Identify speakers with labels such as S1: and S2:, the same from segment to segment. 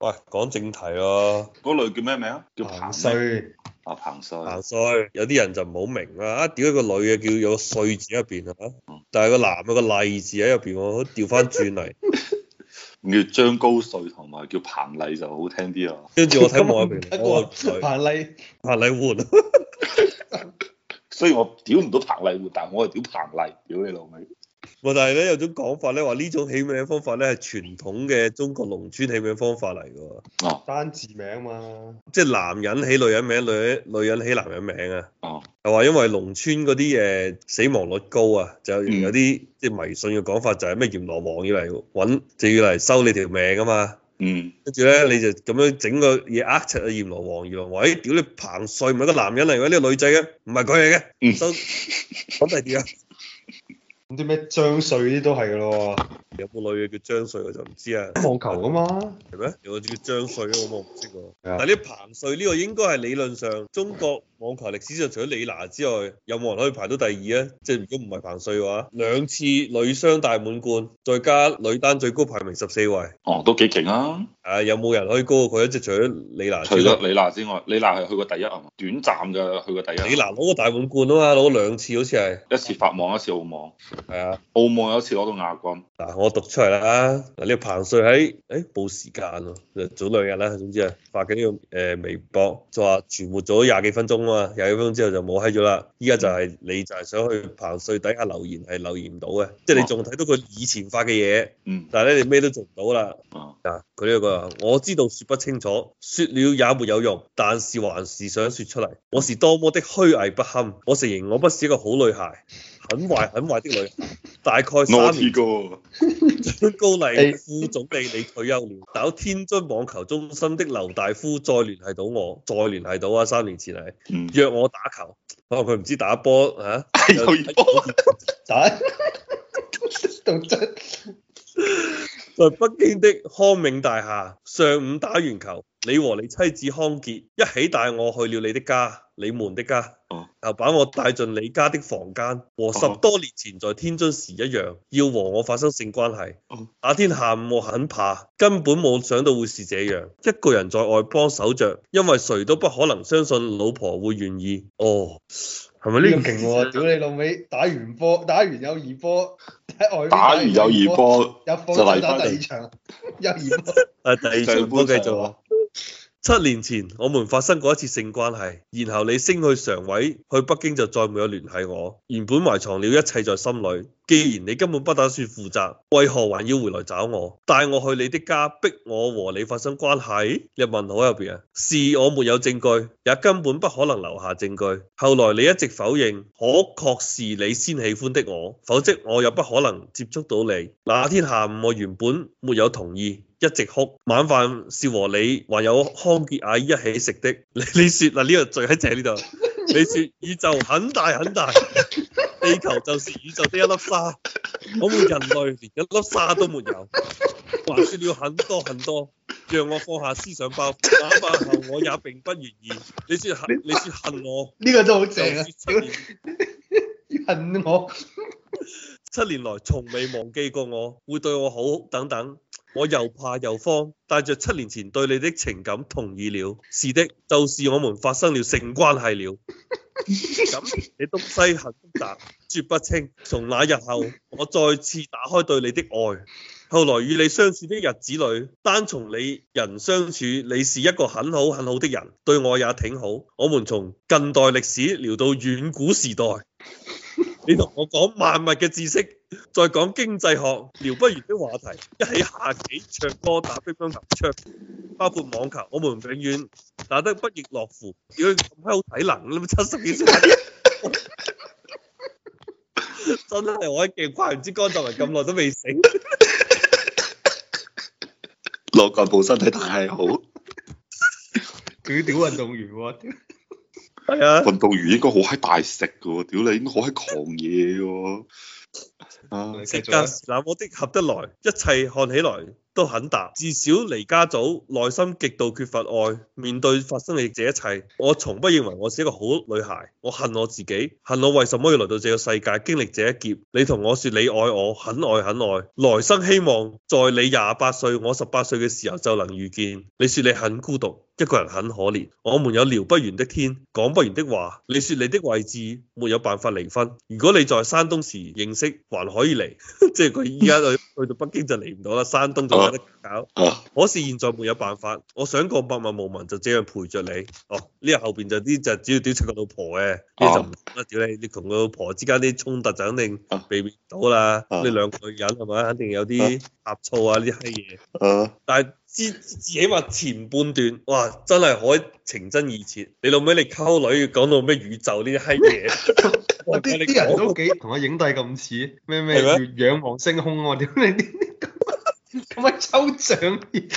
S1: 喂，講正題咯，
S2: 嗰類叫咩名啊？叫
S1: 彭
S2: 彭
S1: 帥，
S2: 啊，彭帥
S1: 彭帥，有啲人就唔好明啦，啊，屌個女嘅叫有個帥字喺入邊啊，但係個男有個麗字喺入邊喎，我調翻轉嚟，
S2: 叫張高帥同埋叫彭麗就好聽啲啊。
S1: 跟住我睇網入邊，我
S3: 我
S1: 話帥，
S3: 彭麗
S1: 彭麗換，
S2: 雖然我屌唔到彭麗，但我係屌彭麗，屌你老味。
S1: 喂，但係咧有種講法咧話呢種起名方法咧係傳統嘅中國農村起名方法嚟嘅喎，
S2: 哦
S3: 單字名嘛，
S1: 即係男人起女人名，女人女人起男人名啊。
S2: 哦，
S1: 係話因為農村嗰啲誒死亡率高啊，就
S2: 嗯
S1: 有啲即係迷信嘅講法，就係咩閻羅王要嚟揾，就要嚟收你條命啊嘛。
S2: 嗯，
S1: 跟住咧，你就咁樣整個嘢呃柒啊閻羅王，閻羅王，誒屌你彭帥唔係一個男人嚟嘅，呢個女仔嘅，唔係佢嚟嘅，
S2: 嗯
S1: 收講第二啲啊。
S3: 咁啲咩張帥啲都係嘅咯喎，
S1: 有冇女嘅叫張帥我就唔知啊，
S3: 網球噶嘛，
S1: 係咩？有個叫張帥啊，咁我唔識喎。
S3: 係啊
S1: 但係呢彭帥呢個應該係理論上中國網球歷史上除咗李娜之外，有冇人可以排到第二啊？即係如果唔係彭帥嘅話，兩次女雙大滿貫，再加女單最高排名十四位，
S2: 哦，都幾勁啊！
S1: 啊有冇人可以高過佢咧？即係除咗李娜之
S2: 除
S1: 外，
S2: 咗李娜之外，李娜係去過第一啊嘛，短暫嘅去過第
S1: 李
S2: 一，啊
S1: 娜攞過大滿貫啊嘛，攞過兩次好似係，
S2: 一次法網，一次澳網，
S1: 係啊。
S2: 澳網有一次攞到亞軍。
S1: 嗱，我讀出嚟啦。嗱，呢個彭帥喺誒報時間喎，就早兩日啦。總之啊，發緊呢個誒微博，就話傳活咗廿幾分鐘啊嘛，廿幾分鐘之後就冇閪咗啦。依家就係、你就係想去彭帥底下留言係留言唔到嘅，即係你仲睇到佢以前發嘅嘢，
S2: 嗯，
S1: 但係咧你咩都做唔到啦。
S2: 啊，
S1: 啊，佢呢個話我知道説不清楚，説了也沒有用，但是還是想説出嚟。我是多麼的虛偽不堪，我承認我不是一個好女孩，很壞很壞的女孩。大概
S2: 我
S1: 三年
S2: 試。過。
S1: 張高麗副總理你退休了，搞天津網球中心的劉大夫再聯繫到我，再聯繫到啊，三年前係
S2: 嗯，
S1: 約我打球，可能佢唔知打波嚇， 啊
S2: 哎又熱波。
S3: 打同真
S1: 在北京的康銘大廈上午打完球，你和你妻子康傑一起帶我去了你的家，你們的家
S2: 哦，
S1: 又把我帶進你家的房間，和十
S2: 哦
S1: 多年前在天津時一樣，要和我發生性關係
S2: 哦。
S1: 那天下午我很怕，根本冇想到會是這樣，一個人在外幫手着，因為誰都不可能相信老婆會願意。哦，係咪
S3: 呢
S1: 呢
S3: 個
S1: 個
S3: 勁喎，屌你老味，打完波打完友誼波喺外邊
S2: 打完友誼，波，
S3: 有波
S2: 就
S3: 打
S2: 嚟
S3: 第
S2: 返嚟
S3: 二場友誼波，
S1: 啊，第二
S2: 上
S1: 場波繼
S2: 半
S1: 續
S2: 場
S1: 啊
S2: 啊。
S1: 七年前，我們發生過一次性關係，然後你升去常委，去北京就再沒有聯繫我。原本埋藏了一切在心裏，既然你根本不打算負責，為何還要回來找我？帶我去你的家，逼我和你發生關係？你問號入邊啊？是我沒有證據，也根本不可能留下證據。後來你一直否認，可確是你先喜歡的我，否則我也不可能接觸到你。那天下午我原本沒有同意。一直哭，晚飯是和你還有康傑阿姨一起食的。你你說嗱呢、個最喺正呢度，你說宇宙很大很大，地球就是宇宙的一粒沙，我們人類連一粒沙都沒有。話說了很多很多，讓我放下思想包袱。晚飯後我也並不願意。你說恨，你說恨我，
S3: 呢個都好
S1: 就
S3: 正啊
S1: 說！七年
S3: 屌恨 我，
S1: 七年來從未忘記過我，會對我好等等。我又怕又慌，帶着七年前對你的情感同意了。是的，就是我們發生了性關係了。咁你東西很複雜，説不清。從那日後，我再次打開對你的愛。後來與你相處的日子裏，單從你人相處，你是一個很好很好的人，對我也挺好。我們從近代歷史聊到遠古時代，你同我講萬物嘅知識，再講經濟學，聊不完的話題，一起下棋、唱歌、打乒乓球、桌球，包括網球，我們永遠打得不亦樂乎。屌咁閪好體能，你咪七十幾歲，真係我喺鏡跨完之江就嚟咁耐都未醒。
S2: 落腳部身體太好，運
S3: 佢屌運動員喎，屌
S1: 係啊，
S2: 動員應該好閪大食嘅喎，屌你應該好閪狂野嘅喎。啊
S3: 你 繼
S1: 性
S3: 續啦
S1: 格是那麼的合得來，一切看起來都很搭。至少離家早，內心極度缺乏愛。面對發生嘅這一切，我從不認為我是一個好女孩。我恨我自己，恨我為什麼要來到這個世界，經歷這一劫。你同我說你愛我，很愛很愛，來生希望在你廿八歲，我十八歲嘅時候就能遇見。你說你很孤獨。一個人很可憐，我們有聊不完的天，講不完的話。你說你的位置沒有辦法離婚，如果你在山東時認識，還可以離，即係佢依家去去到北京就嚟唔到啦，山東仲有得搞。
S2: 啊
S1: 可是現在沒有辦法，我想過默默無聞就這樣陪着你。哦，呢日後邊就啲就只要屌出個老婆嘅，呢就唔得啦，屌你你同個老婆之間啲衝突就肯定
S2: 啊
S1: 避免唔到啦。
S2: 啊
S1: 你兩個女人係咪肯定有啲呷醋啊呢啲閪嘢。
S2: 啊
S1: 但係至至起碼前半段，哇，真係可以情真意切。你老尾你溝女講到咩宇宙呢啲閪嘢，
S3: 哇啲啲人都幾同阿影帝咁似，咩咩要
S1: 係
S3: 仰望星空喎、屌你啲咁咁嘅抽象嘢，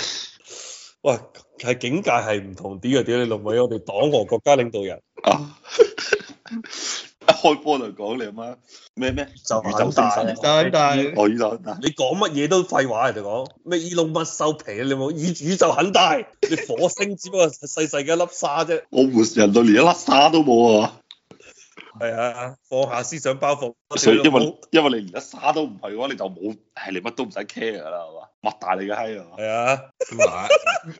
S1: 喂，係境界係唔同啲嘅。屌你老尾，我哋黨和國家領導人
S2: 啊！一開波就講你阿媽咩 咩
S1: 就
S2: 宇
S1: 係
S2: 宙精
S1: 大
S2: 神，
S3: 但係但係
S2: 我宇宙大
S1: 你講乜嘢都廢話，人哋講咩伊隆乜收皮啊！你冇宇宇宙很大，你火星只不過係細細嘅一粒沙啫。
S2: 我活人類連一粒沙都冇啊！
S1: 係啊，放下思想包袱。
S2: 所以
S1: 屌你老
S2: 因為
S1: 母
S2: 因為你連一沙都唔係嘅話，你就冇係你乜都唔使 care 噶啦，係嘛？擘大你嘅閪啊！
S1: 係啊，
S3: 咁 啊，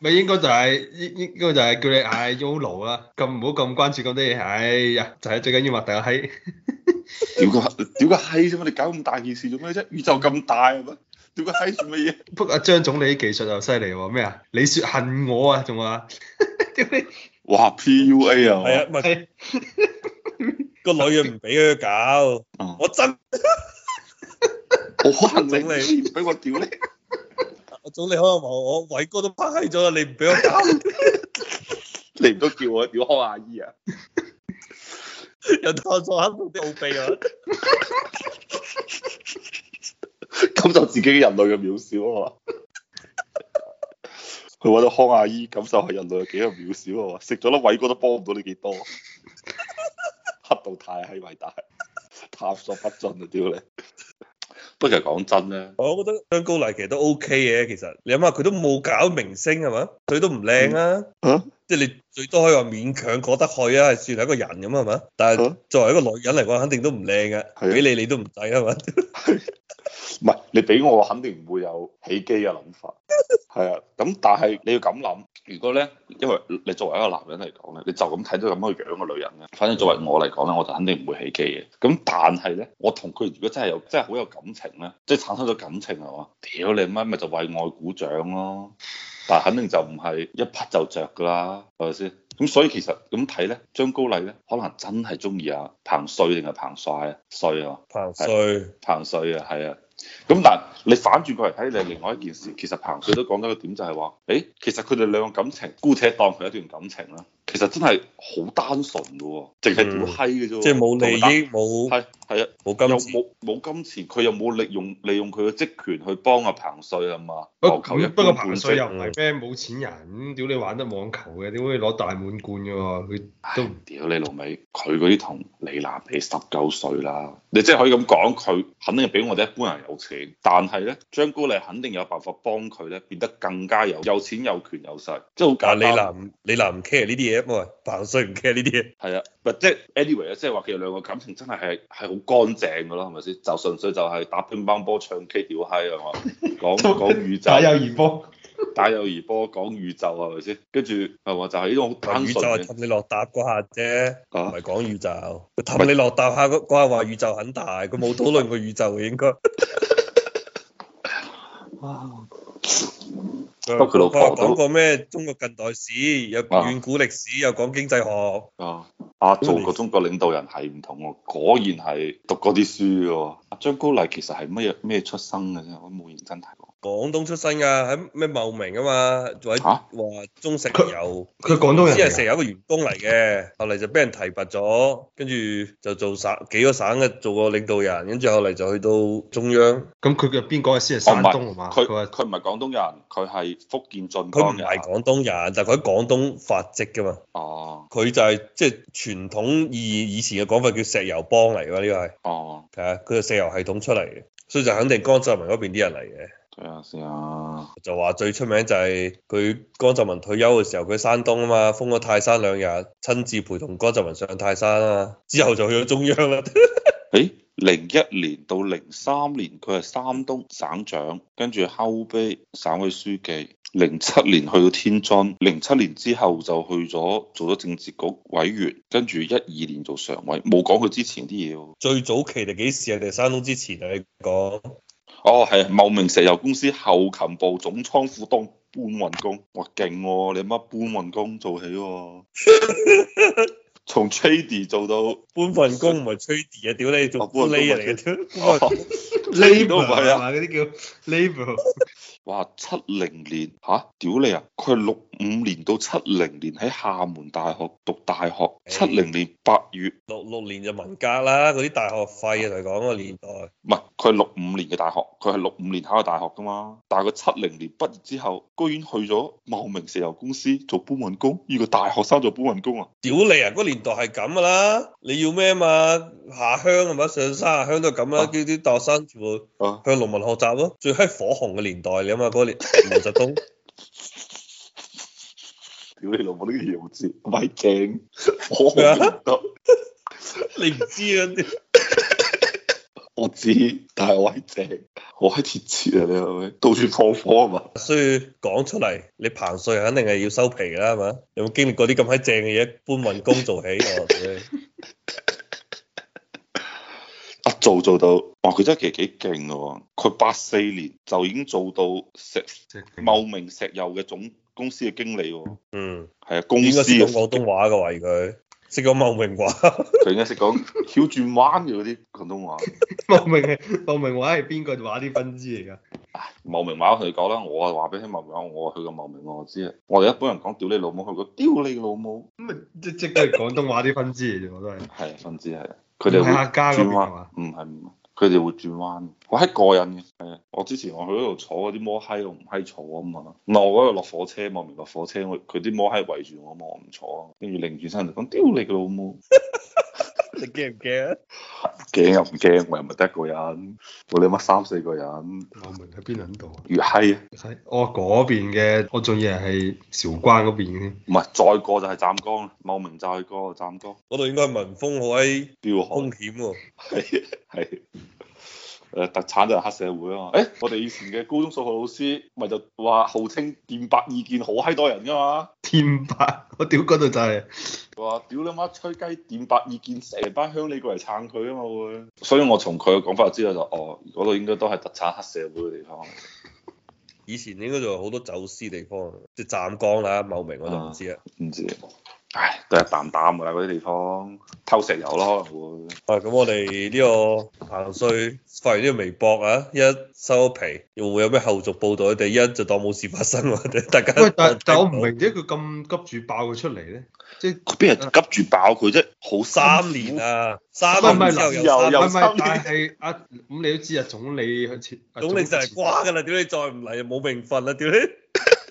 S3: 咪應該就係應應該就係叫你唉 YOLO 啦，咁唔好咁關注咁多嘢，哎呀，就係最緊要擘大個閪，
S2: 屌個屌個閪啫嘛！你搞咁大件事做咩啫？宇宙咁大係咪？屌個閪做乜嘢？
S3: 不過阿張總理啲技術又犀利喎，咩啊？你説恨我啊，仲話屌你
S2: 哇 PUA 啊！
S1: 係啊，唔係
S3: 係
S1: 個女嘅唔俾佢搞，
S2: 啊
S1: 我真
S2: 我恨你，
S1: 整你
S2: 你唔俾我屌你！
S1: 我總理可能話我偉哥都趴閪咗啦，你唔俾我搞，
S2: 你唔都叫我屌康阿姨啊？
S1: 又當我做黑幕啲奧秘啊！
S2: 感受自己人類嘅渺小啊嘛！佢揾到康阿姨，感受係人類有幾咁渺小啊嘛！食咗粒偉哥都幫唔到你幾多，黑到太閪偉大，探索不盡啊！屌你！不過其實講真咧，
S1: 我覺得張高麗其實都 OK 嘅，其實你諗下佢都冇搞明星係嘛，佢都唔靚啊，
S2: 啊
S1: 即係你最多可以話勉強過得去啊，係算係一個人咁係嘛，但係
S2: 啊
S1: 作為一個女人嚟講，肯定都唔靚嘅，
S2: 係啊
S1: 俾你你都唔抵係嘛，
S2: 唔係你俾我，我肯定唔會有起機嘅諗法。係啊，咁但係你要咁諗，如果咧，因為你作為一個男人嚟講咧，你就咁睇到咁樣嘅樣嘅女人咧，反正作為我嚟講咧，我就肯定唔會起機嘅。咁但係咧，我同佢如果真係有真係好有感情咧，即係產生咗感情係嘛？屌你媽咪就為愛鼓掌咯！但係肯定就唔係一匹就着㗎啦，係咪先？咁所以其實咁睇咧，張高麗咧可能真係中意啊彭帥定係彭帥啊帥啊嘛
S1: 彭帥
S2: 彭帥啊，係啊。咁但係你反轉過嚟睇，你係另外一件事。其實彭帥都講咗個點就係話，誒，其實佢哋兩個感情，姑且當佢一段感情啦。其實真係好單純嘅喎，淨係屌閪嘅啫喎，
S1: 嗯即係冇利益冇
S2: 係係啊，又
S1: 冇金錢，
S2: 冇冇金錢，佢又冇利用利用佢嘅職權去幫阿彭帥啊嘛，
S3: 不
S2: 謀求一
S3: 不過
S2: 官
S3: 彭
S2: 半
S3: 帥
S2: 職
S3: 又唔係咩冇錢人，屌你玩得網球嘅，點會攞大滿貫嘅喎？佢都唔
S2: 屌你老味，佢嗰啲同李娜比十九歲啦，你即係可以咁講，佢肯定比我哋一般人有錢，但係咧張高麗肯定有辦法幫佢咧變得更加有有錢有權有勢，即係好
S1: 但係
S2: 簡
S1: 李
S2: 單。
S1: 娜唔李娜唔 care 呢啲嘢，喂，彭帥唔 care 呢啲嘢，
S2: 係啊，唔即係 anyway 啊，即係話其實兩個感情真係係係好乾淨㗎咯，係咪先？就純粹就係打乒乓波、唱 K、屌啊閪係嘛，講講宇宙
S3: 打、友誼波。
S2: 打友誼波、講宇宙係咪先？跟住係嘛，就係呢種好單
S1: 宇
S2: 純
S1: 宙啊係
S2: 嘅
S1: 氹你落搭嗰下啫。唔
S2: 啊
S1: 係講宇宙，佢氹你落搭下嗰嗰下話宇宙很大，佢冇討論過宇宙嘅應該。
S2: 不過佢老婆都
S1: 講啊過咩中國近代史，有
S2: 啊
S1: 遠古歷史，又講經濟學。
S2: 啊！啊，做個中國領導人係唔同喎，果然係讀嗰啲書嘅喎。阿張高麗其實係乜嘢咩出生嘅啫，我都冇認真睇過。
S1: 廣東出身㗎，喺咩茂名啊嘛，或者
S2: 嚇
S1: 話中石油，
S3: 佢廣東人
S1: 只係
S3: 嚟
S1: 石
S3: 㗎，
S1: 油一個員工嚟嘅，後嚟就俾人提拔咗，跟住就做省幾個省嘅做過領導人，跟住後嚟就去到中央，
S3: 咁佢嘅邊講係先係
S2: 哦唔
S3: 山
S2: 係
S3: 東啊嘛？
S2: 佢
S3: 佢話
S2: 佢唔係廣東人，佢係福建晉
S1: 佢
S2: 江
S1: 唔
S2: 人。
S1: 係廣東人，但佢喺廣東發跡㗎嘛，
S2: 哦
S1: 佢就係即係傳統以以前嘅講法叫石油幫嚟㗎嘛，呢個係。
S2: 哦，
S1: 係啊，佢係石油系統出嚟嘅，所以就肯定江澤民嗰邊啲人嚟嘅。
S2: 睇下先啊。
S1: 就話最出名就係佢江澤民退休嘅時候，佢喺山東啊嘛，封咗泰山兩日，親自陪同江澤民上泰山啊嘛，之後就去咗中央啦。
S2: 誒，零一年到零三年佢係山東省長，跟住後備省委書記。零七年去到天津，零七年之後就去咗做咗政治局委員，跟住一二年做常委，冇講佢之前啲嘢喎。
S1: 最早期定幾時啊？定山東之前啊？你講
S2: 哦，係茂名石油公司後勤部總倉庫當搬運工，哇勁喎！你乜搬運工做起喎、 從 tradie 做到
S1: 搬份工唔係 trade 啊，屌你做
S2: 哦搬份工
S1: play 嚟
S2: 咪
S1: 嘅，屌搬份
S2: 哦，都唔
S3: label
S2: 係
S3: 係
S2: 啊！
S3: 嘛？嗰啲叫 label。
S2: 哇，七零年吓、屌你啊！佢係六五年到七零年喺廈門大學讀大學，七零年八月
S1: 六六年就文革啦，嗰啲大學費啊，同你講個年代。
S2: 唔係佢係六五年嘅大學，佢係六五年考嘅大學噶嘛，但係佢七零年畢業之後，居然去咗茂名石油公司做搬運工，要個大學生做搬運工啊！
S1: 屌你啊！嗰年代係咁噶啦，你要咩嘛？下鄉係咪？上山下鄉都係咁啦，
S2: 啊
S1: 叫啲大學生全部
S2: 啊！
S1: 向農民學習咯。最閪火紅嘅年代你啊嘛，嗰年毛澤東
S2: 屌你老母呢個用字，唔係勁， 我
S1: 咩啊
S2: 得，
S1: 你唔知啊？
S2: 我知，但係我係正，我係鐵切啊！你係咪到處放火啊嘛？
S1: 所以講出嚟，你彭帥肯定係要收皮㗎啦，係嘛？有冇經歷過啲咁閪正嘅嘢？搬運工做起，我 屌
S2: 一做做到，哇！佢真係其實幾勁嘅喎，佢八四年就已經做到石茂名石油嘅總公司嘅經理喎，
S1: 你嗯，
S2: 係啊，公
S1: 應
S2: 司
S1: 該識講廣
S2: 嘅，
S1: 東話嘅懷疑佢，識講茂名話。
S2: 佢應該識講 曉轉彎嘅嗰啲廣東話。
S3: 茂名係茂名話係邊個話啲分支嚟㗎？
S2: 茂名話我同你講啦，我啊話俾你聽茂名話，我去過茂名我知啊，我哋一般人講屌你老母，去過屌你老母，
S3: 咁咪即即都係廣東話啲分支嚟啫，我都係。
S2: 係啊，分支係啊，佢哋會
S3: 唔係客家嗰邊
S2: 轉
S3: 係
S2: 彎
S3: 嘛，
S2: 唔係唔係。佢哋會轉彎，我閪過癮嘅。係啊，我之前我去嗰度坐嗰啲摩閪，我唔閪坐啊嘛。唔係我嗰度落火車，莫名落火車，我佢啲摩閪圍住我嘛，我唔坐啊。跟住擰轉身就講：屌你個老母！
S1: 你驚唔驚啊？
S2: 驚又唔驚，我又唔係得一個人，我哋乜三四個人，
S3: 茂名喺邊撚度啊？
S2: 越閪啊！
S3: 喺我嗰邊嘅，我仲以為係韶關嗰邊添。
S2: 唔係再過就係湛江啦，茂名再過就湛江，
S1: 嗰度應該民風好閪
S2: 飆
S1: 兇
S2: 汗
S1: 險喎。
S2: 係係。誒特產就係黑社會啊嘛！誒、我哋以前嘅高中數學老師咪就話號稱電白意見好閪多人噶嘛。
S3: 天白， 我屌嗰度就係、
S2: 話屌你媽吹雞電白意見，成班鄉里過嚟撐佢啊嘛會。所以我從佢嘅講法知道就哦，嗰度應該都係特產黑社會嘅地方。
S1: 以前應該仲有好多走私地方，即係湛江啦、茂名我就唔知啊啦。
S2: 唔知，唉，都係啖啖㗎啦嗰啲地方，偷石油咯可能會。
S1: 啊，咁我哋呢個彭帥發完呢個微博啊，一收皮，會唔會有咩後續報導咧？第一就當冇事發生喎，第一大家
S3: 喂，但但我唔
S1: 當聽到
S3: 明點解佢咁急住爆佢出嚟咧？即係
S2: 佢邊係急住爆佢啫？好
S1: 三年
S2: 啊！
S1: 啊，三
S3: 唔係唔
S1: 年
S3: 係
S1: 之後又
S2: 又
S1: 三年
S2: 又收？
S3: 唔係唔係但係啊，咁你都知啊，總理佢前
S1: 總理就係瓜㗎啦，屌你再唔嚟就冇名分啦，屌你！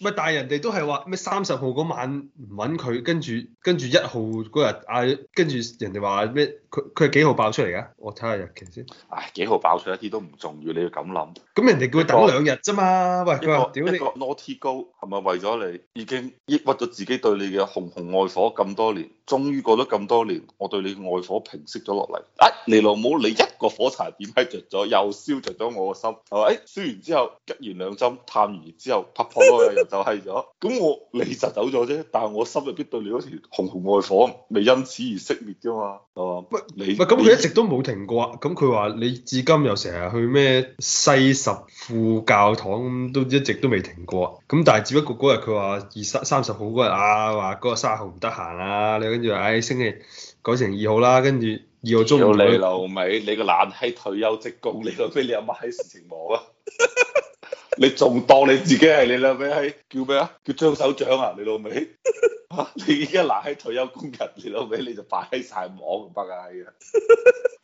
S3: 唔係，但係人哋都係話咩三十號嗰晚唔揾佢，跟住跟住一號嗰日嗌，跟住人哋話咩？佢佢係幾號爆出嚟㗎？我睇下日期先。
S2: 唉，幾號爆出一啲都唔重要，你要咁諗。
S3: 咁人哋叫佢等兩日啫嘛。喂，
S2: 一
S3: 佢話屌
S2: 個
S3: 你
S2: 一個 naughty girl 係咪為咗你已經抑鬱咗自己對你嘅熊熊愛火咁多年，終於過咗咁多年，我對你嘅愛火平息咗落嚟。哎，你老母你一個火柴點閪着咗，又燒着咗我個心，係咪？哎，燒完之後，吉完兩針，探完之後，拍破嗰個人就係咗。咁我你就走咗啫，但係我心入邊對你嗰條熊熊愛火未因此而熄滅㗎嘛，係嘛？
S3: 喂
S2: 你
S3: 喂，咁
S2: 你
S3: 佢一直都冇停過啊！咁佢話你至今又成日去咩西十副教堂咁，都一直都未停過啊！咁但係只不過嗰日佢話二三三十號嗰日啊，話嗰個三十號唔得閒啊，你跟住話唉星期改成二號啦，跟住二號中午
S2: 屌你
S3: 佢
S2: 老味，你個懶閪退休職工，你個俾你有乜閪事情忙啊？ 你仲當你自己係你老味係叫咩啊？叫張手掌啊！你老味 嚇你而家嗱喺退休工人，你老味你就擺喺晒網北閪啊！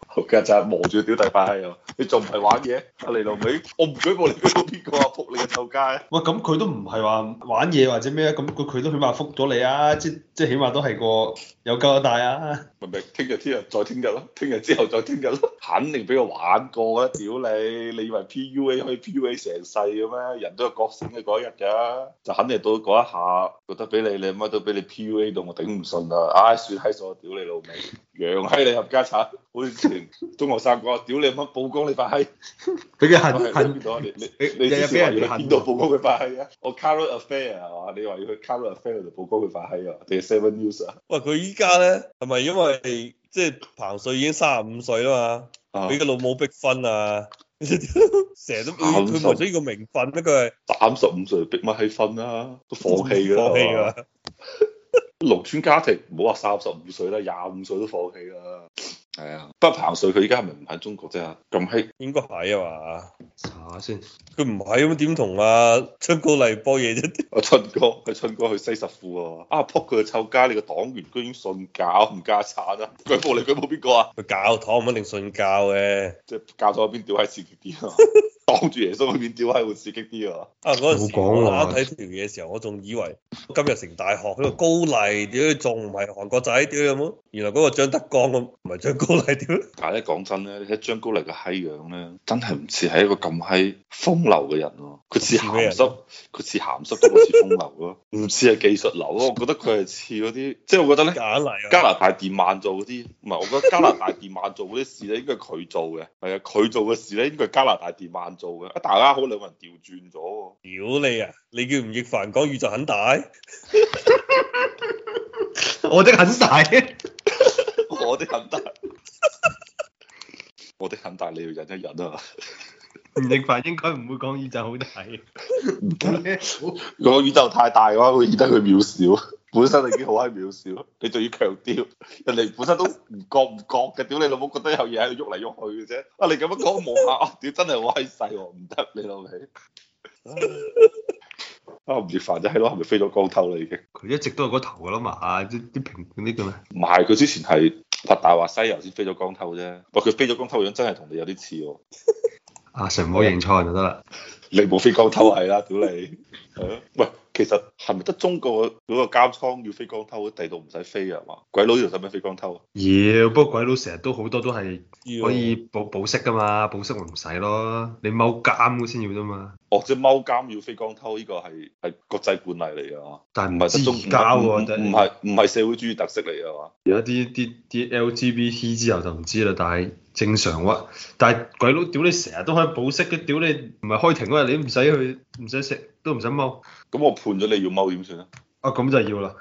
S2: 好嘅就係磨住屌大擺閪啊！你仲唔係玩嘢？啊你老味，我唔舉報你舉報邊個啊？仆你個臭街啊！
S3: 喂，咁佢都唔係話玩嘢或者咩啊？咁佢佢都起碼覆咗你啊！即即起碼都係個有交代啊！
S2: 明唔明？聽日、聽日再聽日咯，聽日之後再聽日咯，肯定俾我玩過啦！屌你，你以為 PUA 可以 PUA 成世嘅咩？人都有覺醒嘅嗰一日㗎，就肯定到嗰一下覺得俾你你乜都俾你 PUA 到我頂唔順啦！唉、算閪數，屌你老味，揚閪你合家產，好似之前中學生講，屌你乜曝光你塊閪！
S3: 俾佢
S2: 我係
S3: 恨
S2: 邊
S3: 恨
S2: 度啊？你你
S3: 你
S2: 你
S3: 日
S2: 之
S3: 日俾
S2: 前話
S3: 人
S2: 要去
S3: 恨
S2: 邊度曝光佢塊閪啊？我 Carol Affair 啊係嘛？你話要去 Carol Affair 度曝光佢塊閪啊？定係 Seven News 啊？
S1: 喂，佢依家咧係咪因為即係彭帥已經三十五歲啦
S2: 啊
S3: 哦
S1: 嘛，俾個老母逼婚啊， 成日都
S2: 啊
S1: 佢佢為咗呢個名分咧，佢係
S2: 三十五歲逼乜閪分啦，都放棄㗎啦。
S1: 放棄
S2: 係嘛啊
S1: 㗎。
S2: 農村家庭唔好話三十五歲啦，廿五歲都放棄啦。係啊，不過彭帥佢依家係咪唔喺中國啫？咁閪
S1: 應該係啊嘛，
S3: 查下先。
S1: 佢唔係咁點同阿春高麗波嘢啫？
S2: 阿春哥，阿春哥去西十富啊！啊，撲佢個臭街！你個黨員居然信教唔家產啊！舉報你舉報邊個啊？
S1: 佢教堂唔一定信教嘅。
S2: 即係教咗嗰邊屌閪刺激啲啊！ 當住耶穌嗰邊屌閪會刺激啲啊！
S1: 啊！嗰陣時
S3: 冇講
S1: 我
S3: 喎
S1: 啱睇條嘢嘅時候，我仲以為今日成大學嗰個高麗，屌仲唔係韓國仔，屌有冇？原來嗰個張德江咁，唔係張高麗，屌
S2: 但係咧講真咧，你睇張高麗嘅閪樣咧，真係唔似係一個咁閪風流嘅人啊喎。佢似
S1: 似咩
S2: 鹹
S1: 人
S2: 濕，佢似鹹濕多過似風流咯，唔似係技術流咯。我覺得佢係似嗰啲，即係我覺得咧。
S1: 假嚟
S2: 加
S1: 啊！
S2: 拿大電漫做嗰啲，唔係，我覺得 加拿大電漫做嗰啲事咧，應該係佢做嘅，係啊，佢做嘅事咧，應該係加拿大電漫做嘅。啊，大家好，兩個人調轉咗喎，
S1: 屌你啊！你叫吳亦凡講宇宙很大，
S3: 我的很大，
S2: 我的很大，我的很大，你要忍一忍啊！
S3: 吳亦凡應該唔會講宇宙好大嘅。
S2: 如果宇宙太大嘅話，會顯得佢渺小， 本身已經好閪渺小，你仲要強調人哋本身都唔覺唔覺嘅，屌你老母覺得有嘢喺度喐嚟喐去嘅啫。啊，你咁樣講望下， 啊，屌真係好閪細喎，唔得你老味。 啊，吳亦凡就係咯，係咪飛咗光頭啦已經？
S3: 佢一直都係嗰頭噶啦嘛，啲啲評判呢個咩？
S2: 唔係，佢之前係拍《大話西遊》先飛咗光頭啫。不過佢飛咗光頭樣真係同你有啲似喎。
S3: 阿啊成唔好認錯人就得啦。
S2: 你冇飛光偷係啦，屌你！係咯，喂，其實係咪得中國嗰個監倉要飛光偷，第度唔使飛啊嘛？鬼佬呢度使唔使飛光偷啊？
S3: 妖，不過鬼佬成日都好多都係
S1: 要
S3: 可以保保釋噶嘛，保釋咪唔使咯，你踎監先要啫嘛。
S2: 哦，即係踎監要飛光偷，呢個係係國際慣例嚟啊！
S3: 但
S2: 唔
S3: 係唔
S2: 係
S3: 知
S2: 得中
S3: 而家
S2: 唔
S3: 喎，
S2: 唔
S3: 真
S2: 唔
S3: 係
S2: 係唔係社會主義特色嚟啊嘛？
S3: 有一啲啲啲 LGBT 之後就唔知啦，但係正常喎。但係鬼佬屌你成日都可以保釋嘅，屌你唔係開庭嗰日你唔使去，唔使食都唔使踎。
S2: 咁我判咗你要踎點算啊？
S3: 啊咁就要啦。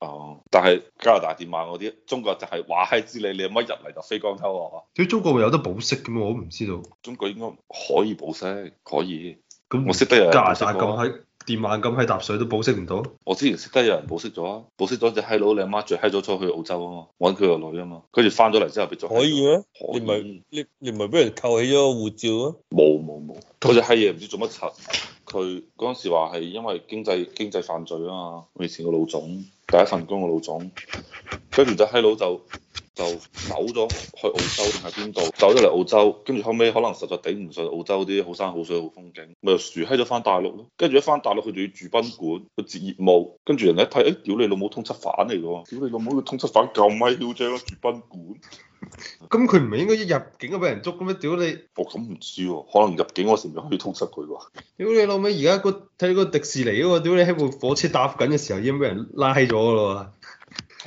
S2: 哦，但係加拿大電話嗰啲，中國就係話閪知你，你有乜入嚟就飛光偷啊？
S3: 屌中國會有得保釋嘅咩？我都唔知道。
S2: 中國應該可以保釋，可以。
S3: 咁
S2: 我識得有人
S3: 加拿
S2: 保釋
S3: 大咁
S2: 過啊
S3: 喺電眼咁喺搭水都保釋唔到。
S2: 我之前識得有人保釋咗啊，保釋咗隻閪佬，你阿媽最閪咗出去澳洲啊嘛，揾佢個女啊嘛，跟住翻咗嚟之後俾咗閪佬。
S1: 可以咩？
S2: 可
S1: 你
S2: 以
S1: 咪你你咪俾人扣起咗個護照啊？
S2: 冇冇冇，嗰隻閪嘢唔知做乜柒。佢嗰陣時話係因為經濟經濟犯罪啊嘛，我以前個老總第一份工個老總，跟住隻閪佬就就走咗去澳洲定係邊度，走咗嚟澳洲，跟住後尾可能實在頂唔順澳洲啲好山好水好風景，咪就樹閪咗翻大陸咯。跟住一翻大陸，佢就要住賓館，佢接業務，跟住人哋一睇，誒、屌你老母通緝犯嚟嘅喎，屌你老母個通緝犯咁閪囂張咯，住賓館。
S3: 咁佢唔係應該一入境就俾人捉嘅咩？屌你！
S2: 我咁唔知喎，可能入境嗰時咪可以通緝佢喎。
S3: 屌你老味！而家個睇個迪士尼嗰個，屌你喺部火車搭緊嘅時候已經俾人拉起咗噶啦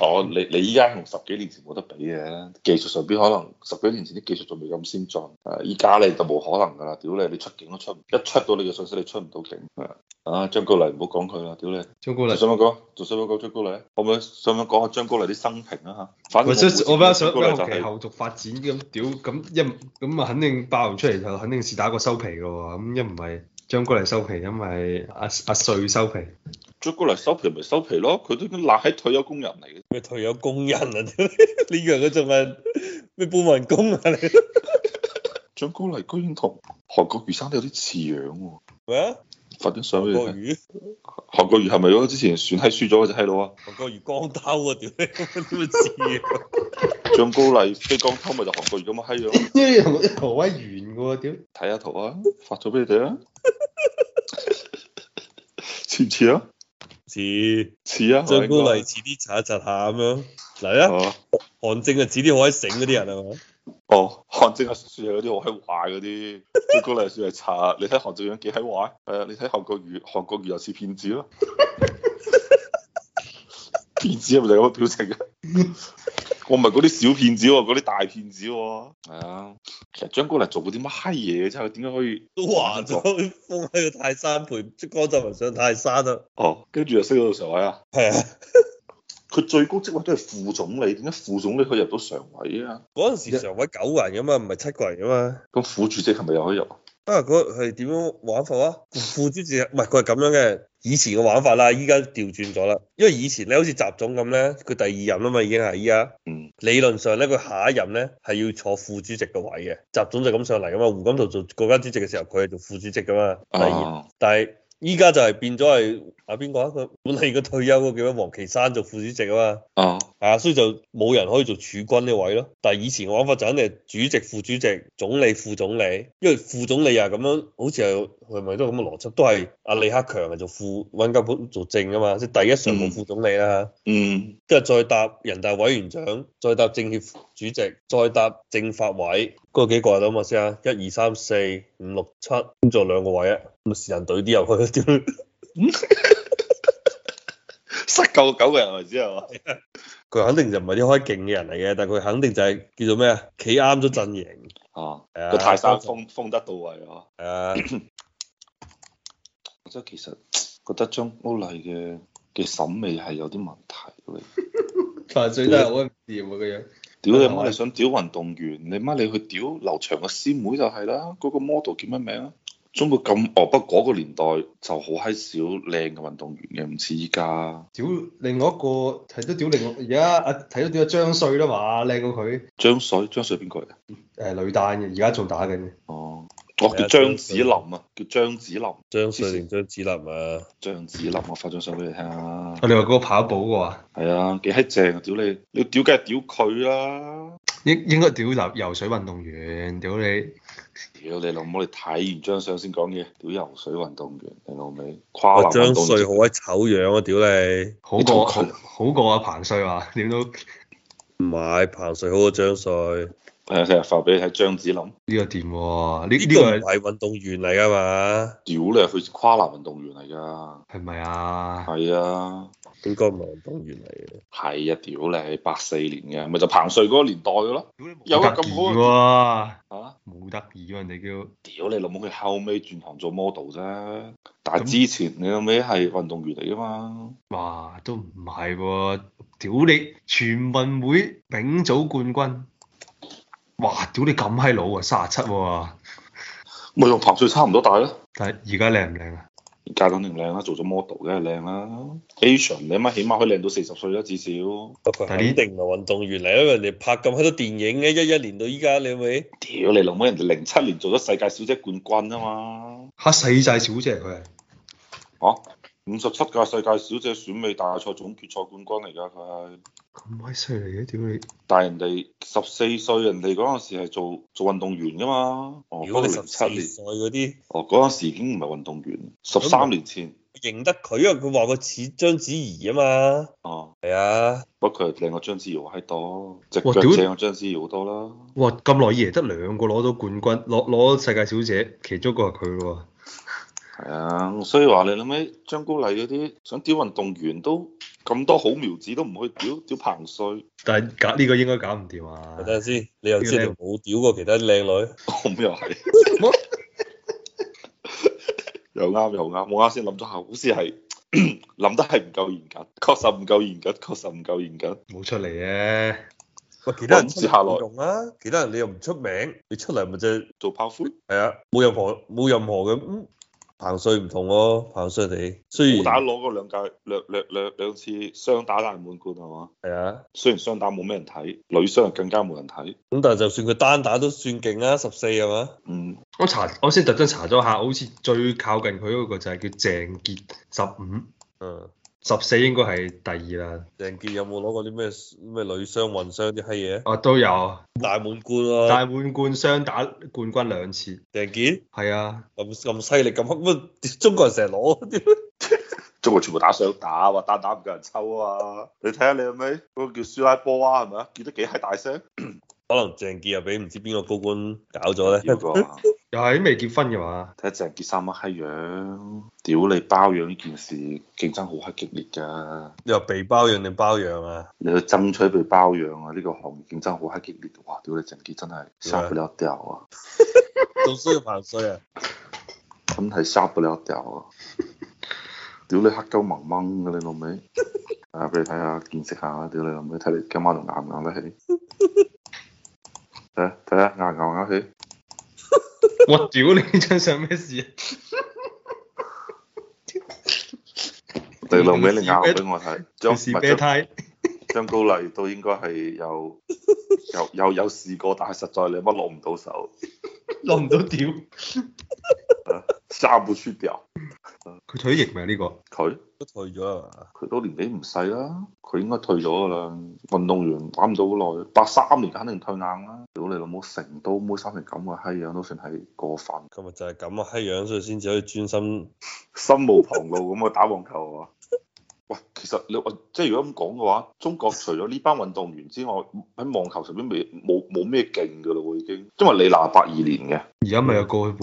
S2: 哦，你你依家同十幾年前冇得比嘅，技術上邊可能十幾年前啲技術仲未咁先進，誒依家你就冇可能㗎啦，屌你，你出境都出唔，一出到你嘅信息你出唔到境，係啊張高麗唔好講佢啦，屌你，
S3: 喎。中國
S2: 仲
S3: 嚟。
S2: 想唔想講？仲想唔想講張高麗？可唔可以想唔想講下張高麗啲生平啊嚇？反
S3: 或
S2: 正
S3: 者我比較想
S2: 張高
S3: 比
S2: 麗就
S3: 較好奇
S2: 係
S3: 後續發展咁，屌咁一咁啊，肯定爆完出嚟就肯定是打過收皮嘅喎。咁一唔係張國嚟收皮，一唔係阿阿瑞收皮。
S2: 張高麗收皮咪收皮咯，佢都已經賴喺退休工人嚟嘅，
S1: 咩退休工人啊？你 以為佢仲係咩搬運工啊？你
S2: 張高麗居然同韓國瑜生都有啲似樣喎，
S1: 咩啊？
S2: 發張相俾
S1: 韓
S2: 你
S1: 國
S2: 睇。
S1: 瑜，
S2: 韓國瑜係咪嗰個之前選閪輸咗嗰只閪佬啊？
S1: 韓國瑜光兜啊！屌你，點會知啊？
S2: 張高麗飛江偷咪就韓國瑜咁嘅閪樣咯。
S3: 因為同挪威完嘅喎，屌！
S2: 睇下圖啊，發咗俾你哋啊， 似唔似啊？
S1: 似
S2: 似啊，
S1: 張高
S2: 係咪
S1: 麗似啲查一查下咁樣。嚟啊！
S2: 哦
S1: 韓正啊，似啲好閪醒嗰啲人 係嘛？
S2: 哦，韓正啊，算係嗰啲好閪壞嗰啲，張高麗算係差。你睇韓正樣幾閪壞，係啊，你睇韓國瑜，韓國瑜又似騙子咯， 騙子係咪就係咁嘅表情啊？我唔係嗰啲小騙子喎，嗰啲大騙子喎。係啊，其實張高麗做過啲乜閪嘢啫？佢點解可以？
S1: 都話咗封喺個泰山陪江澤民上泰山啊！
S2: 哦，跟住又升到常委啊！
S1: 係啊，
S2: 佢最高職位都係副總理，點解副總理可以入到常委啊？
S1: 嗰陣時常委九個人噶嘛，唔係七個人噶嘛。
S2: 咁副主席係咪又可以入？
S1: 啊，嗰係點樣玩法啊？副主席唔係佢係咁樣嘅，以前嘅玩法啦，依家調轉咗啦。因為以前咧，好似習總咁咧，佢第二任啊嘛，已經係依家
S2: 嗯，
S1: 理論上咧，佢下一任咧係要坐副主席嘅位嘅。習總就咁上嚟噶嘛，胡錦濤做國家主席嘅時候，佢係做副主席噶嘛。第二，
S2: 啊，
S1: 但係依家就係變咗係啊邊個啊？佢本嚟個退休嗰個叫咩？黃岐山做副主席啊嘛。
S2: 啊，
S1: 啊，所以就冇人可以做儲君呢位咯。但係以前嘅玩法就肯定係主席、副主席、總理、副總理，因為副總理又係啊咁樣，好似係係咪都係咁嘅邏輯，都係阿李克強係做副，温家寶做正啊嘛，即係第一常務副總理啦，
S2: 嗯，
S1: 跟住再搭人大委員長，再搭政協主席，再搭政法委，嗰幾個人啊嘛先啊，一二三四五六七，咁仲有兩個位啊，咁時間隊啲入去， 屌
S2: 塞夠九個人為止係嘛？
S1: 佢肯定就唔係啲開勁嘅人嚟嘅，但係佢肯定就係叫做咩啊，企啱咗陣營。
S2: 啊，
S1: 係啊
S2: 個泰山封封得到位啊！
S1: 係啊，
S2: 我真係其實覺得張高麗嘅嘅審美係有啲問題嚟。
S3: 犯罪都係好唔掂啊個樣。
S2: 屌你媽！你想屌運動員，你媽你去屌劉翔個師妹就係啦，嗰、個 model 叫乜名啊？中國咁哦，不過嗰個年代就好閪少靚嘅運動員嘅，唔似依家。
S3: 屌另外一個睇都屌另外，而家啊睇到屌張帥啦嘛，靚過佢。
S2: 張帥，張帥邊個嚟啊？
S3: 誒女單嘅，而家仲打緊嘅。
S2: 哦，我
S1: 係啊
S2: 叫張子霖啊，叫張子霖，
S1: 張帥定張子霖啊，
S2: 張子霖，我發張相俾你聽啊。
S3: 我哋哦話嗰個跑步嘅話，
S2: 係啊，幾閪正啊！屌你，你屌梗係屌佢啦。
S3: 應應該屌游游水運動員，屌你
S2: 屌你老母！你睇完張相先講嘢。屌游水運動員，你老味跨
S1: 哇
S2: 欄
S1: 哦張
S2: 運動
S1: 帥
S2: 員
S1: 好鬼醜樣啊，屌你！
S3: 好
S2: 你同
S3: 過好
S2: 佢
S3: 好過阿彭帥話， 點都呢
S1: 唔係彭帥好過張帥，呢
S2: 係啊，成日發俾你睇張子霖。
S3: 個掂喎，呢
S1: 個唔
S3: 呢
S1: 係運動員嚟噶嘛，
S2: 屌你，佢跨欄運動員嚟㗎，
S3: 個係咪啊？
S2: 係啊，
S1: 應該唔係運動員嚟嘅。
S2: 係啊，屌你，八四年嘅，咪就彭帥嗰個年代嘅咯，有啊咁好
S3: 好
S2: 嚇、
S3: 喎，冇得意喎人哋叫。
S2: 屌你老母，佢後尾轉行做 model 啫，但係之前你後尾係運動員嚟㗎嘛，
S3: 哇，都唔係喎！屌你，全運會丙組冠軍，哇！屌你咁閪老啊，三十七喎，
S2: 咪同彭帥差唔多大咯，
S3: 但係而家靚唔靚啊？
S2: 而家肯定靚啦，做咗 model 梗係靚啦，Asian 你媽起碼可以靚到四十歲啦，至少
S1: 佢肯
S3: 但係呢
S1: 定唔係運動員嚟，因啊為人哋拍咁閪多電影嘅，一一年到依家，你咪
S2: 屌你老母，人哋零七年做咗世界小姐冠軍啊嘛，
S3: 嚇細仔小姐佢係，
S2: 嚇、五十七屆世界小姐選美大賽總決賽冠軍嚟㗎佢係。
S3: 咁閪犀利嘅，屌你！
S2: 但係人哋十四歲，人哋嗰陣時係做做運動員噶嘛。哦，
S1: 如果
S2: 嗰
S1: 你
S2: 零
S1: 十
S2: 七
S1: 四
S2: 年，
S1: 歲嗰啲
S2: 哦嗰陣時已經唔係運動員，十三年前。
S1: 認得佢，因為佢話佢似章子怡啊嘛。
S2: 哦，
S1: 係啊，
S2: 不過佢係靚過張之瑤喺度，隻腳
S3: 哇屌
S2: 正過張之瑤好多啦。
S3: 哇！咁耐以嚟得兩個攞到冠軍，攞攞世界小姐，其中一個係佢咯
S2: 係啊，所以話你諗起張高麗嗰啲想屌運動員都咁多好苗子都唔去屌，屌彭帥，
S3: 喎。但係搞呢個應該搞唔掂啊！
S1: 等陣先，你又知你冇屌過其他靚女，
S2: 咁又係。又啱又啱，我啱先諗咗下，好似係 諗得係唔夠嚴謹，確實唔夠嚴謹，確實唔夠嚴謹。
S3: 冇出嚟嘅，
S1: 喂，其他人
S2: 我唔
S1: 出
S2: 知下來
S1: 嚟用啊，其他人你又唔出名，你出嚟咪就係
S2: 做炮灰。
S1: 係啊，冇任何冇任何嘅嗯彭帥唔同咯，彭帥你雖
S2: 武打
S1: 然
S2: 攞嗰兩屆兩兩兩兩次雙打大滿貫係嘛？
S1: 係啊，
S2: 雖然雙打冇咩人睇，女雙更加冇人睇。
S1: 咁但係就算佢單打都算勁啊，十四係嘛？
S2: 嗯，
S3: 我查我先特登查咗下，好似最靠近佢嗰個就係叫鄭傑十五，
S1: 嗯，
S3: 十四應該係第二啦。
S1: 鄭健有冇攞過啲咩咩女雙混雙啲閪嘢？啊
S3: 哦，都有
S1: 大滿貫喎、
S3: 大滿貫雙打冠軍兩次，
S1: 鄭健
S3: 係啊，
S1: 咁咁犀利咁黑，乜 中國人成日攞， 屌
S2: 中國全部打雙打，話單打唔夠人抽啊！你睇下你係咪嗰個叫舒拉波娃係咪啊？叫得幾閪大聲？
S1: 可能鄭健又俾唔知邊個高官搞咗咧
S2: 要。個啊
S3: 又係啲未結婚嘅 話，
S2: 睇下鄭傑三乜閪樣？屌你包養呢件事競爭好閪激烈㗎，
S1: 你話被包養定包養啊？
S2: 你去爭取被包養啊！呢、個行業競爭好閪激烈，哇！屌你鄭傑真係殺不了掉啊！
S1: 仲需要彭帥啊？
S2: 真係殺不了掉 啊！屌你黑鳩蒙蒙嘅你老味， 啊俾你睇下見識下，屌你老味，睇你今晚仲硬唔硬得 起？睇下睇下硬唔硬得起？
S3: 我屌你張相咩事啊？
S2: 你老味你咬俾我睇，張唔
S3: 是
S2: 係
S3: 啤
S2: 張
S3: 胎，
S2: 張高麗都應該係有 有有有試過，但係實在你乜攞唔到手，
S3: 攞唔到屌，
S2: 殺不出掉
S3: 佢退役未啊呢個？
S2: 佢。
S1: 都退咗啊啦嘛？
S2: 佢都年紀唔細啦，佢應該退咗噶啦。運動員玩唔到好耐，八三年肯定退硬啦。屌你老母，成都妹生成咁嘅閪樣都算係過分，
S1: 今日就係咁啊閪樣，所以先至可以專心。
S2: 心無旁騖咁去打網球啊！喂，其實你話即係如果咁講嘅話，中國除咗呢班運動員之外，喺網球上邊未冇冇咩勁噶咯喎已經。因為李娜八二年嘅，
S3: 而家咪有個黃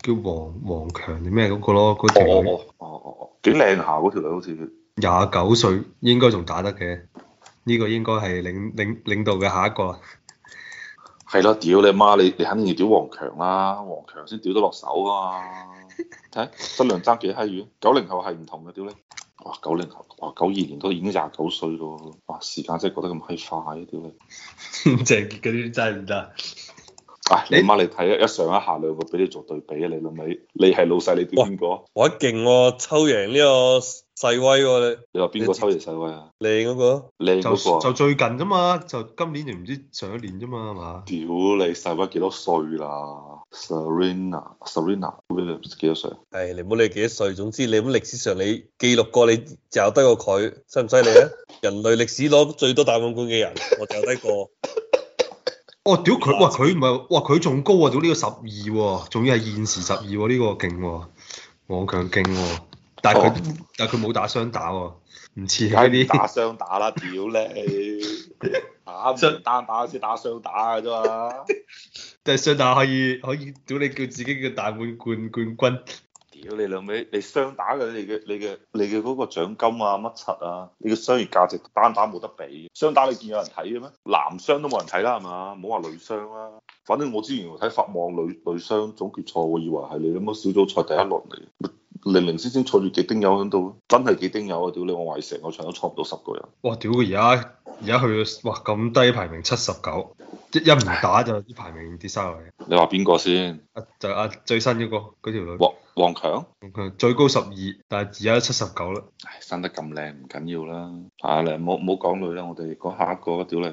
S3: 叫黃黃強定咩嗰個咯，嗰條
S2: 哦
S3: 女
S2: 哦哦哦哦哦，幾靚下嗰條女好似。
S3: 廿九歲應該仲打得嘅，呢、個應該係領領領導嘅下一個啦。
S2: 係咯，屌你媽！你你肯定要屌王強啦，王強先屌得落手啊 嘛！睇質量爭幾閪遠，九零後係唔同嘅，屌你！哇，九零後，哇，九二年都已經廿九歲咯，哇，時間真係過得咁閪快，啊屌你！
S3: 鄭傑嗰啲真係唔得。
S2: 唉，你媽你睇啊，一上一下兩個俾你做對比啊，你老味，你係老細，你屌邊個？
S1: 哇勁喎，抽贏呢個細威喎、
S2: 你話邊個抽贏細威啊？
S1: 你你嗰、個
S2: 靚
S3: 就
S2: 嗰個
S3: 就
S2: 啊，
S3: 最近啫嘛，就今年定唔知上一年啫嘛，係嘛？
S2: 屌你細威幾多歲啦？Serena，Serena Williams 幾多歲啊？
S1: 係你唔好理幾多歲，總之你咁歷史上你記錄過你就低過佢，犀唔犀利 啊？人類歷史攞最多大滿貫嘅人，我就低過。
S3: 哦，屌佢，哇佢唔係，哇佢仲高啊，到呢個十二喎，仲要係現時十二喎，呢、個勁喎，王強勁喎，但係佢、但係佢冇打雙打喎，唔似
S2: 哦梗
S3: 嗰
S2: 係
S3: 啲
S2: 唔打雙打啦，屌你！ 打唔
S3: 雙
S2: 單打先打雙打嘅啫嘛。
S3: 但係雙打可以可以，屌你叫自己嘅大滿貫冠軍，
S2: 屌你兩尾，你雙打嘅你嘅你嘅你嘅嗰個獎金啊乜柒啊，你嘅商業價值單打冇得比。雙打你見有人睇嘅咩？男雙都冇人睇啦係嘛，唔好話女雙啦。反正我之前睇法網女女雙總決賽，我以為係你諗乜小組賽第一輪嚟，零零星星坐住幾丁友喺度，真係幾丁友啊！屌你，我懷疑成個場都坐唔到十個人。
S3: 哇屌佢而家而家去到哇咁低排名七十九，一一唔打就啲排名跌晒落嚟，
S2: 你話邊個先？
S3: 啊就啊最新嗰、個嗰條女。
S2: 王王強？
S3: 佢最高十二，但係而家七十九啦。
S2: 唉，生得咁靚唔緊要啦，啊你唔好唔好講女啦，我哋講下一個啦，屌你，